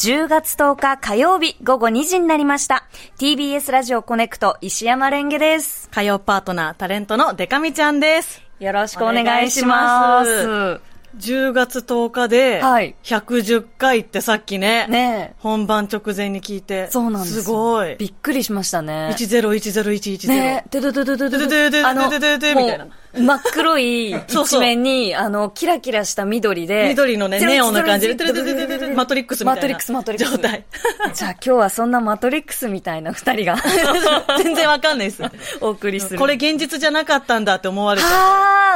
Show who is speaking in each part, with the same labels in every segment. Speaker 1: 10月10日火曜日午後2時になりました。TBS ラジオコネクト石山レンゲです。
Speaker 2: 火曜パートナー、タレントのデカミちゃんです。
Speaker 1: よろしくお願いします。
Speaker 2: お願いします。10月10日で、
Speaker 1: はい
Speaker 2: 110回ってさっきね、
Speaker 1: ね
Speaker 2: 本番直前に聞いて、
Speaker 1: え、そうなんですよ。
Speaker 2: すごい。
Speaker 1: びっくりしましたね。
Speaker 2: 1010110。
Speaker 1: ねえ、てどどどどど
Speaker 2: てどどどどど
Speaker 1: あの、も
Speaker 2: てどどどみたいな
Speaker 1: う真っ黒い
Speaker 2: そう
Speaker 1: 一
Speaker 2: そう
Speaker 1: 面に、あの、キラキラした緑で。
Speaker 2: 緑のね、ネオンな感じで、てるてるてるてるマトリックスみたいな。
Speaker 1: マトリックス、マトリックス。
Speaker 2: 状態。
Speaker 1: じゃあ今日はそんなマトリックスみたいな二人が
Speaker 2: 全然わかんないです。
Speaker 1: お送りする。
Speaker 2: これ現実じゃなかったんだって思われた。
Speaker 1: は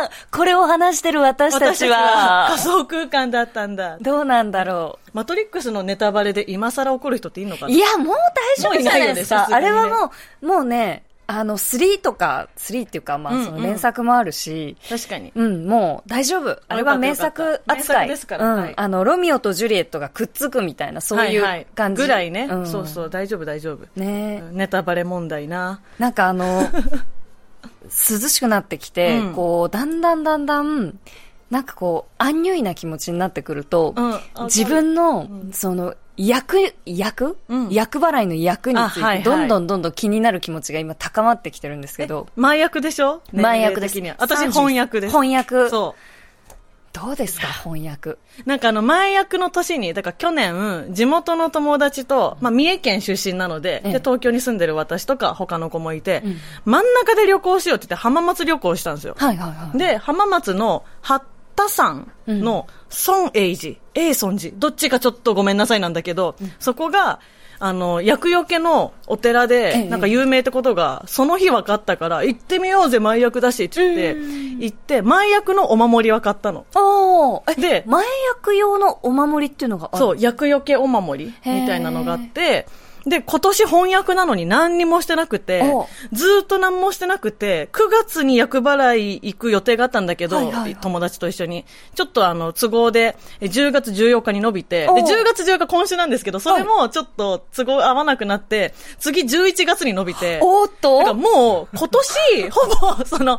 Speaker 1: あ、これを話してる私たちは、
Speaker 2: 仮想空間だったんだ。
Speaker 1: どうなんだろ
Speaker 2: マトリックスのネタバレで今更怒る人っていいのか
Speaker 1: う。
Speaker 2: ない
Speaker 1: や、もう大丈夫じゃないですか。
Speaker 2: もうい
Speaker 1: あ
Speaker 2: ない
Speaker 1: れ
Speaker 2: よね
Speaker 1: はもう、もうね、あの、3とか、3っていうか、ま
Speaker 2: うんう
Speaker 1: あ、
Speaker 2: ん
Speaker 1: その連作もあるし、
Speaker 2: 確かに。
Speaker 1: うん、もう大丈夫。あれは名
Speaker 2: よ
Speaker 1: 作
Speaker 2: かったよかった
Speaker 1: 扱い。
Speaker 2: 名作ですから
Speaker 1: うん
Speaker 2: はい
Speaker 1: あの、ロミオとジュリエットがくっつくみたいな、そうい
Speaker 2: はは
Speaker 1: う感じ。
Speaker 2: ぐらいね、
Speaker 1: ん
Speaker 2: そうそう大丈夫大丈夫、
Speaker 1: ね
Speaker 2: うんネタバレ問題な
Speaker 1: なんかあの、涼しくなってきて、
Speaker 2: うん
Speaker 1: こう、だんだんだんだん、なんかこう、安入いな気持ちになってくると、
Speaker 2: うんわかる
Speaker 1: 自分の、
Speaker 2: うん
Speaker 1: その、役、役、
Speaker 2: うん
Speaker 1: 役払いの役について、
Speaker 2: あはいはい
Speaker 1: どんどんどんどん気になる気持ちが今高まってきてるんですけど、
Speaker 2: 前役でしょ
Speaker 1: 前役です
Speaker 2: 年齢的には私翻訳です
Speaker 1: 翻訳。
Speaker 2: そ
Speaker 1: どうですか、翻訳。
Speaker 2: うなんかあの前役の年にだから去年地元の友達と、まあ、三重県出身なので,、
Speaker 1: ええ
Speaker 2: で東京に住んでる私とか他の子もいて、
Speaker 1: うん
Speaker 2: 真ん中で旅行しようって言って浜松旅行したんですよ、
Speaker 1: はいはいはい。
Speaker 2: で浜松の八田山の孫英寺、英孫寺どっちかちょっとごめんなさいなんだけど、そこがあの厄除けのお寺
Speaker 1: え
Speaker 2: で
Speaker 1: え
Speaker 2: なんか有名ってことがその日分かったから行ってみようぜ前役だしって言って行って前役のお守りは買ったの
Speaker 1: おーえ
Speaker 2: で
Speaker 1: 前役用のお守りっていうのがある
Speaker 2: そう厄除けお守りみたいなのがあってで今年翻訳なのに何にもしてなくて
Speaker 1: お
Speaker 2: ずーっと何もしてなくて9月に厄払い行く予定があったんだけど、
Speaker 1: はいはいはい
Speaker 2: 友達と一緒にちょっとあの都合でえ10月14日に伸びてで
Speaker 1: お
Speaker 2: 10月14日今週なんですけどそれもちょっと都合合わなくなって次11月に伸びて。
Speaker 1: おーっと
Speaker 2: なんかもう、今年、ほぼ、その、翻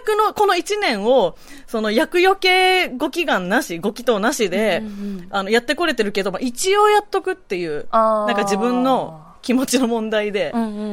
Speaker 2: 訳のこの1年を、その、役除けご祈願なし、ご祈祷なしで、あの、やってこれてるけど、まあ、一応やっとくっていう、
Speaker 1: あー
Speaker 2: なんか自分の気持ちの問題で
Speaker 1: う、んうんうんう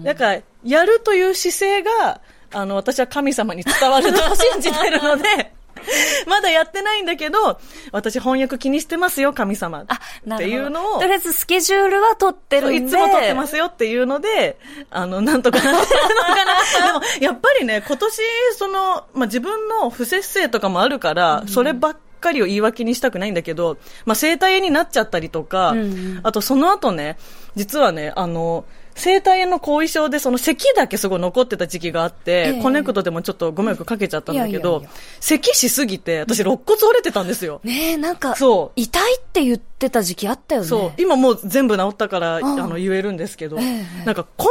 Speaker 1: ん。
Speaker 2: なんか、やるという姿勢が、あの、私は神様に伝わると信じてるので、 まだやってないんだけど、私翻訳気にしてますよ、神様。
Speaker 1: あ、なるほど。
Speaker 2: っていうのを
Speaker 1: とりあえずスケジュールは取ってる
Speaker 2: そうん
Speaker 1: で。
Speaker 2: いつも撮ってますよっていうので、あの、なんとかなっ てるのかな。でも、やっぱりね、今年、その、まあ、自分の不節制とかもあるから、そればっかりを言い訳にしたくないんだけど、まあ、生体炎になっちゃったりとか、
Speaker 1: うんうん
Speaker 2: あとその後ね、実はね、あの、生体炎の後遺症で、その咳だけすごい残ってた時期があって、
Speaker 1: ええ
Speaker 2: コネクトでもちょっとご迷惑かけちゃったんだけ
Speaker 1: いやいやい
Speaker 2: ど
Speaker 1: や、
Speaker 2: 咳しすぎて、私、肋骨折れてたんですよ。
Speaker 1: ねえ、なんか、
Speaker 2: そう。
Speaker 1: 痛いって言ってた時期あったよね。
Speaker 2: そう、今もう全部治ったから、あ
Speaker 1: ん
Speaker 2: の、言えるんですけど、
Speaker 1: ええ
Speaker 2: なんかこん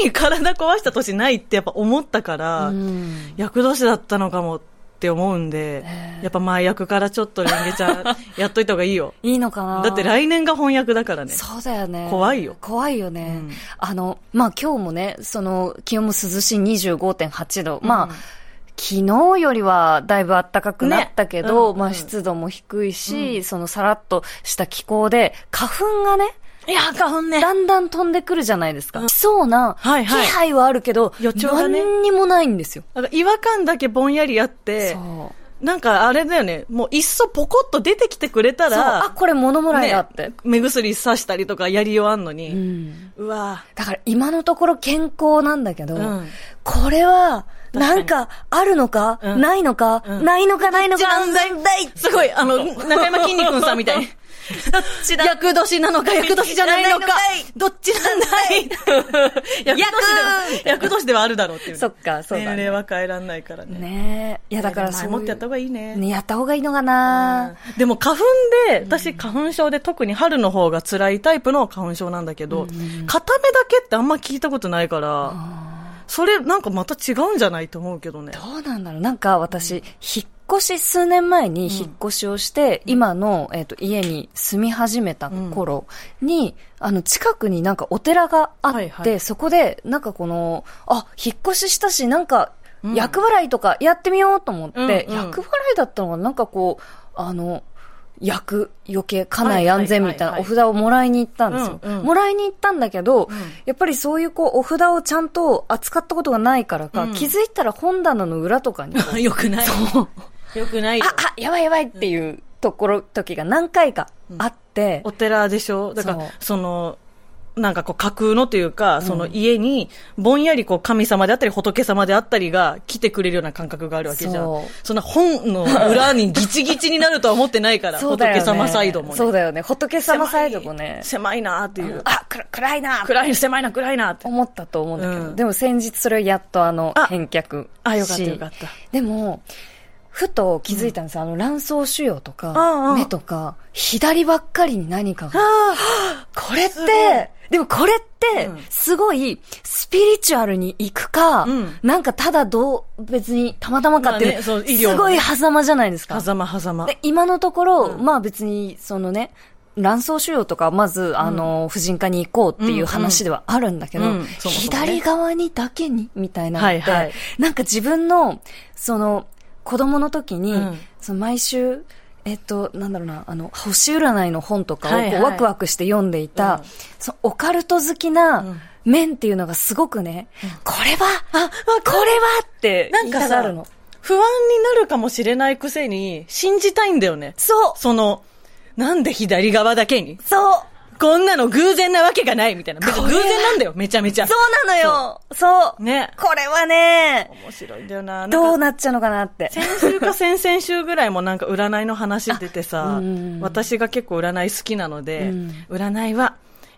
Speaker 2: なに体壊した年ないってやっぱ思ったから、
Speaker 1: うん
Speaker 2: 役年だったのかもって思うんで、やっぱ前役からちょっとレンゲちゃん、 やっといた方がいいよ。
Speaker 1: いいのかな
Speaker 2: だって来年が翻訳だからね。
Speaker 1: そうだよね。
Speaker 2: 怖いよ
Speaker 1: 怖いよね。
Speaker 2: うん
Speaker 1: あの、まあ、今日もね、その、気温も涼しい25.8度。まあ、昨日よりはだいぶ暖かくなったけ
Speaker 2: ね
Speaker 1: ど、
Speaker 2: うん
Speaker 1: まあ、湿度も低いし、そのさらっとした気候で、花粉がね、
Speaker 2: いや、花粉ね。
Speaker 1: だんだん飛んでくるじゃないですか。来そうな、気
Speaker 2: はいはい
Speaker 1: 配はあるけど、
Speaker 2: 予兆がね
Speaker 1: 何にもないんですよ。
Speaker 2: なんか違和感だけぼんやりあって、
Speaker 1: そう。
Speaker 2: なんかあれだよね、もういっそポコッと出てきてくれた
Speaker 1: そう
Speaker 2: ら、
Speaker 1: あ、これ物もらいだって。
Speaker 2: ね目薬さしたりとかやりようあんの
Speaker 1: う
Speaker 2: に、
Speaker 1: ん。
Speaker 2: うわ
Speaker 1: だから今のところ健康なんだけど、
Speaker 2: うん
Speaker 1: これは、
Speaker 2: 確か
Speaker 1: な
Speaker 2: に
Speaker 1: んか、あるのか、
Speaker 2: うん
Speaker 1: ないのか、
Speaker 2: うん
Speaker 1: ないのか、ないのか、
Speaker 2: なんだいすごい、あ の、中山きんに君さんみたいに。厄年なのか、厄年じゃないのか
Speaker 1: じゃないのかい、
Speaker 2: どっちなんだい 厄年では、厄年ではあるだろうってい う。
Speaker 1: そっかそうだね
Speaker 2: 年齢は変えらんないからね。
Speaker 1: ねえ。いや、だから
Speaker 2: そ。
Speaker 1: そうう。
Speaker 2: 前もってやった方がいいね。
Speaker 1: ね、やった方がいいのかな、
Speaker 2: でも花粉で、私花粉症で特に春の方が辛いタイプの花粉症なんだけど、片目だけってあんま聞いたことないから、それなんかまた違うんじゃないと思うけどね。
Speaker 1: どうなんだろうなんか私、引っ越し、数年前に引っ越しをして、今の、えっ、と、家に住み始めた頃に、あの、近くになんかお寺があって、
Speaker 2: はいはい
Speaker 1: そこで、なんかこの、あ、引っ越ししたし、なんか、
Speaker 2: うん
Speaker 1: 役払いとかやってみようと思って、
Speaker 2: うんうん
Speaker 1: 役払いだったのがなんかこう、あの、焼く余計家内安全みたい
Speaker 2: は
Speaker 1: ない
Speaker 2: はいはい
Speaker 1: お
Speaker 2: はい
Speaker 1: 札をもらいに行ったんですよ、
Speaker 2: うんうん
Speaker 1: もらいに行ったんだけど、
Speaker 2: うん
Speaker 1: やっぱりそういうこうお札をちゃんと扱ったことがないからか、
Speaker 2: うん
Speaker 1: 気づいたら本棚の裏とかに
Speaker 2: よくない。よくないよ。
Speaker 1: ああやばいやばいっていうところ時が何回かあって、
Speaker 2: お寺でしょだか
Speaker 1: そう
Speaker 2: ら、その、なんかこう架空のというか、その家に、ぼんやりこう神様であったり仏様であったりが来てくれるような感覚があるわけじゃん
Speaker 1: そう。
Speaker 2: そんな本の 裏にギチギチになるとは思ってないから、
Speaker 1: そうだよね
Speaker 2: 仏様サイドもね。
Speaker 1: そう
Speaker 2: だ
Speaker 1: だよね仏様サイドもね
Speaker 2: 狭いなーっていう。
Speaker 1: あくら暗いな
Speaker 2: 暗い、狭いな、暗いなって。
Speaker 1: 思ったと思うんだけど、
Speaker 2: うん
Speaker 1: でも先日それをやっとあの
Speaker 2: あ
Speaker 1: 返却
Speaker 2: あ、よかった
Speaker 1: し
Speaker 2: よかった。
Speaker 1: でもふと気づいたんです、あの卵巣腫瘍と
Speaker 2: あああ
Speaker 1: か
Speaker 2: あ
Speaker 1: 目とか左ばっかりに何かが
Speaker 2: あ
Speaker 1: これっ
Speaker 2: すごい
Speaker 1: てでもこれって
Speaker 2: うん
Speaker 1: すごいスピリチュアルに行くか、
Speaker 2: うん
Speaker 1: なんかただどう別にたまたまかっていう,、
Speaker 2: まあねそう医療のね
Speaker 1: すごい狭間じゃないですか
Speaker 2: あ、狭間狭間。
Speaker 1: で今のところ、
Speaker 2: うん
Speaker 1: まあ別に、そのね、卵巣腫瘍とか、まず、あの、婦人科に行こうっていう話ではあるんだけど、
Speaker 2: うんうんそうそうね
Speaker 1: 左側にだけに、みたいなのって、
Speaker 2: はいはい
Speaker 1: なんか自分の、その、子供の時に、
Speaker 2: うん
Speaker 1: その毎週、えっと、なんだろうな、あの、星占いの本とかをこう、
Speaker 2: はいはい
Speaker 1: ワクワクして読んでいた、
Speaker 2: うん
Speaker 1: そのオカルト好きな
Speaker 2: うん
Speaker 1: 面っていうのがすごくね、これは、これはって
Speaker 2: な
Speaker 1: 言
Speaker 2: ん
Speaker 1: い
Speaker 2: か
Speaker 1: た
Speaker 2: さ
Speaker 1: がるの。
Speaker 2: 不安になるかもしれないくせに、信じたいんだよね。
Speaker 1: そう
Speaker 2: その、なんで左側だけに
Speaker 1: そう
Speaker 2: こんなの偶然なわけがないみたいな。別に偶然なんだよ、めちゃめちゃ。
Speaker 1: そうなのよそう
Speaker 2: ね
Speaker 1: これはね、
Speaker 2: 面白いんだよな。
Speaker 1: どう
Speaker 2: なんか
Speaker 1: なっちゃうのかなって。
Speaker 2: 先週か先々週ぐらいもなんか占いの話出て
Speaker 1: あ
Speaker 2: さ
Speaker 1: うんうんうん、
Speaker 2: 私が結構占い好きなので、
Speaker 1: うん
Speaker 2: 占いは、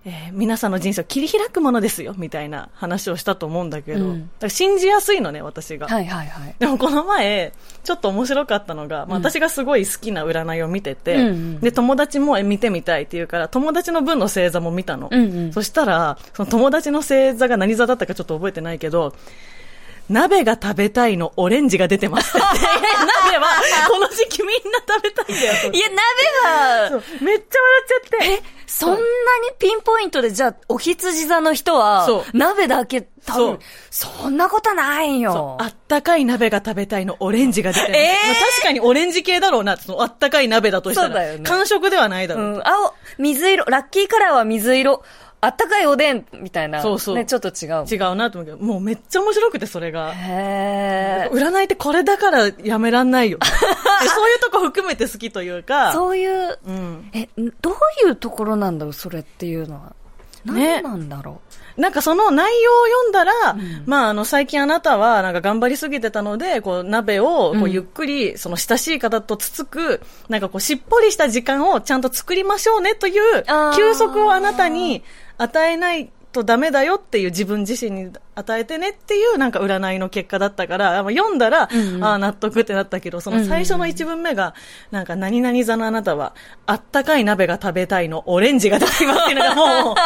Speaker 2: えー皆さんの人生を切り開くものですよ、みたいな話をしたと思うんだけど、
Speaker 1: うん
Speaker 2: だから信じやすいのね、私が。
Speaker 1: はいはいはい。
Speaker 2: でもこの前、ちょっと面白かったのが、まあ、
Speaker 1: うん
Speaker 2: 私がすごい好きな占いを見てて、
Speaker 1: うんうん
Speaker 2: で、友達もえ見てみたいって言うから、友達の分の星座も見たの。
Speaker 1: うんうん
Speaker 2: そしたら、その友達の星座が何座だったかちょっと覚えてないけど、鍋が食べたいのオレンジが出てますって。鍋は、この時期みんな食べたいんだよ。
Speaker 1: いや、鍋
Speaker 2: そう
Speaker 1: は、
Speaker 2: めっちゃ笑っちゃって。
Speaker 1: え、そんなにピンポイントで、じゃあ、お羊座の人は
Speaker 2: そ、う
Speaker 1: 鍋だけ食べる。そんなことないよ
Speaker 2: そう。あったかい鍋が食べたいのオレンジが出てる、
Speaker 1: えー
Speaker 2: まあ確かにオレンジ系だろうな、そのあったかい鍋だとした
Speaker 1: そうだ
Speaker 2: ら。
Speaker 1: よね
Speaker 2: 感触ではないだ
Speaker 1: う
Speaker 2: ろう。
Speaker 1: ん、青、水色、ラッキーカラーは水色、あったかいおでん、みたいな。
Speaker 2: そうそう
Speaker 1: ね、ちょっと違う。
Speaker 2: 違うなと思うけど、もうめっちゃ面白くて、それが。
Speaker 1: へー
Speaker 2: 占いってこれだからやめらんないよ。でそういうとこ含めて好きというか、
Speaker 1: そういう、
Speaker 2: うん、
Speaker 1: え、どういうところなんだろう、それっていうのは。
Speaker 2: ね
Speaker 1: 何なんだろ
Speaker 2: なんかその内容を読んだら、
Speaker 1: ん
Speaker 2: まああの最近あなたはなんか頑張りすぎてたので、こう鍋をこ
Speaker 1: う
Speaker 2: うんゆっくりその親しい方とつつく、なんかこうしっぽりした時間をちゃんと作りましょうねという
Speaker 1: あー
Speaker 2: 休息をあなたに与えないとダメだよっていう自分自身に与えてねっていうなんか占いの結果だったから、あまあ読んだら、
Speaker 1: うんうん
Speaker 2: ああ納得ってなったけど、そ
Speaker 1: うん
Speaker 2: の
Speaker 1: うんうん
Speaker 2: 最初の一文目が、なんか何々座のあなたはあったかい鍋が食べたいのオレンジが出てきますっていうのがもう、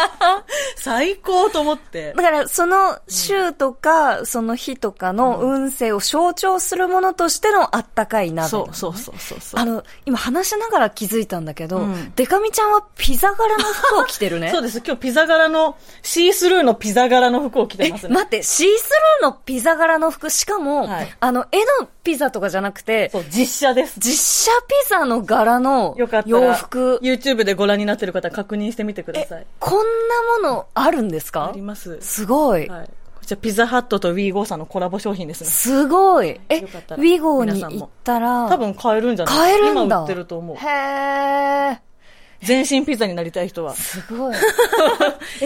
Speaker 2: 最高と思って
Speaker 1: う。だ。から、その週とか、その日とかの運勢を象徴するものとしてのあったかい鍋。
Speaker 2: そうそうそうそうそう。
Speaker 1: あの、今話しながら気づいたんだけど、
Speaker 2: うん
Speaker 1: デカミちゃんはピザ柄の服を着てるね。
Speaker 2: そうです。今日ピザ柄の、シースルーのピザ柄の服を着て
Speaker 1: え、
Speaker 2: ます
Speaker 1: 待
Speaker 2: ね。
Speaker 1: って、シースルーのピザ柄の服、しかも、
Speaker 2: はい
Speaker 1: あの、絵のピザとかじゃなくて、
Speaker 2: そう、実写です。
Speaker 1: 実写ピザの柄の
Speaker 2: よかったら
Speaker 1: 洋服。
Speaker 2: YouTube でご覧になってる方確認してみてください。
Speaker 1: こんなものあるんです
Speaker 2: あ
Speaker 1: か
Speaker 2: ります。
Speaker 1: すごい。
Speaker 2: はい。こちらピザハットと WeGo さんのコラボ商品ですね。
Speaker 1: すごい。え、ウ
Speaker 2: よかったら
Speaker 1: ィゴーに
Speaker 2: 皆さん
Speaker 1: 行
Speaker 2: も
Speaker 1: ったら、
Speaker 2: 多分買えるんじゃない
Speaker 1: 買えるんだ
Speaker 2: 今売ってると思う。
Speaker 1: へー。
Speaker 2: 全身ピザになりたい人は。
Speaker 1: す ごい。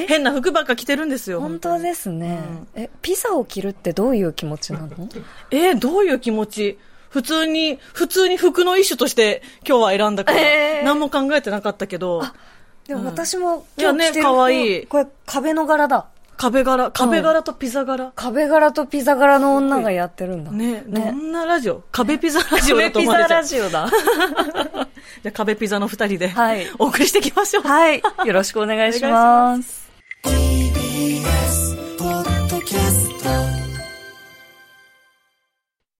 Speaker 2: 変な服ばっか着てるんですよ。
Speaker 1: 本当ですね、え、ピザを着るってどういう気持ちな の
Speaker 2: えーどういう気持ち普通に、普通に服の一種として今日は選んだから、
Speaker 1: えー
Speaker 2: 何も考えてなかったけど、
Speaker 1: でも私も
Speaker 2: いや
Speaker 1: 今日
Speaker 2: ね
Speaker 1: 着てる服、
Speaker 2: 可愛い
Speaker 1: これ壁の柄だ。
Speaker 2: 壁柄、壁柄とピザ柄。
Speaker 1: 壁柄とピザ柄の女がやってるんだ。
Speaker 2: ね、ど
Speaker 1: ね。
Speaker 2: んなラジオ壁ピザラジオ
Speaker 1: 壁
Speaker 2: だと
Speaker 1: ピ
Speaker 2: 思わ
Speaker 1: ザ
Speaker 2: れちゃ
Speaker 1: ラ
Speaker 2: う。じ
Speaker 1: ジオ だ。
Speaker 2: ゃあ壁ピザの二人で、
Speaker 1: はい
Speaker 2: お送りしていきましょう。
Speaker 1: はい。よろしくお願いします。
Speaker 3: TBS